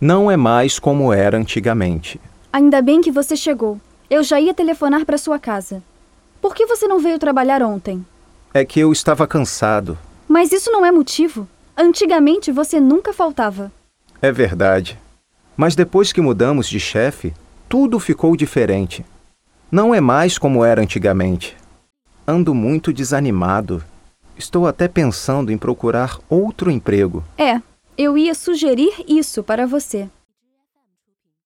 Não é mais como era antigamente. Ainda bem que você chegou. Eu já ia telefonar para sua casa. Por que você não veio trabalhar ontem? É que eu estava cansado. Mas isso não é motivo. Antigamente você nunca faltava. É verdade. Mas depois que mudamos de chefe, tudo ficou diferente. Não é mais como era antigamente. Ando muito desanimado. Estou até pensando em procurar outro emprego. É, eu ia sugerir isso para você.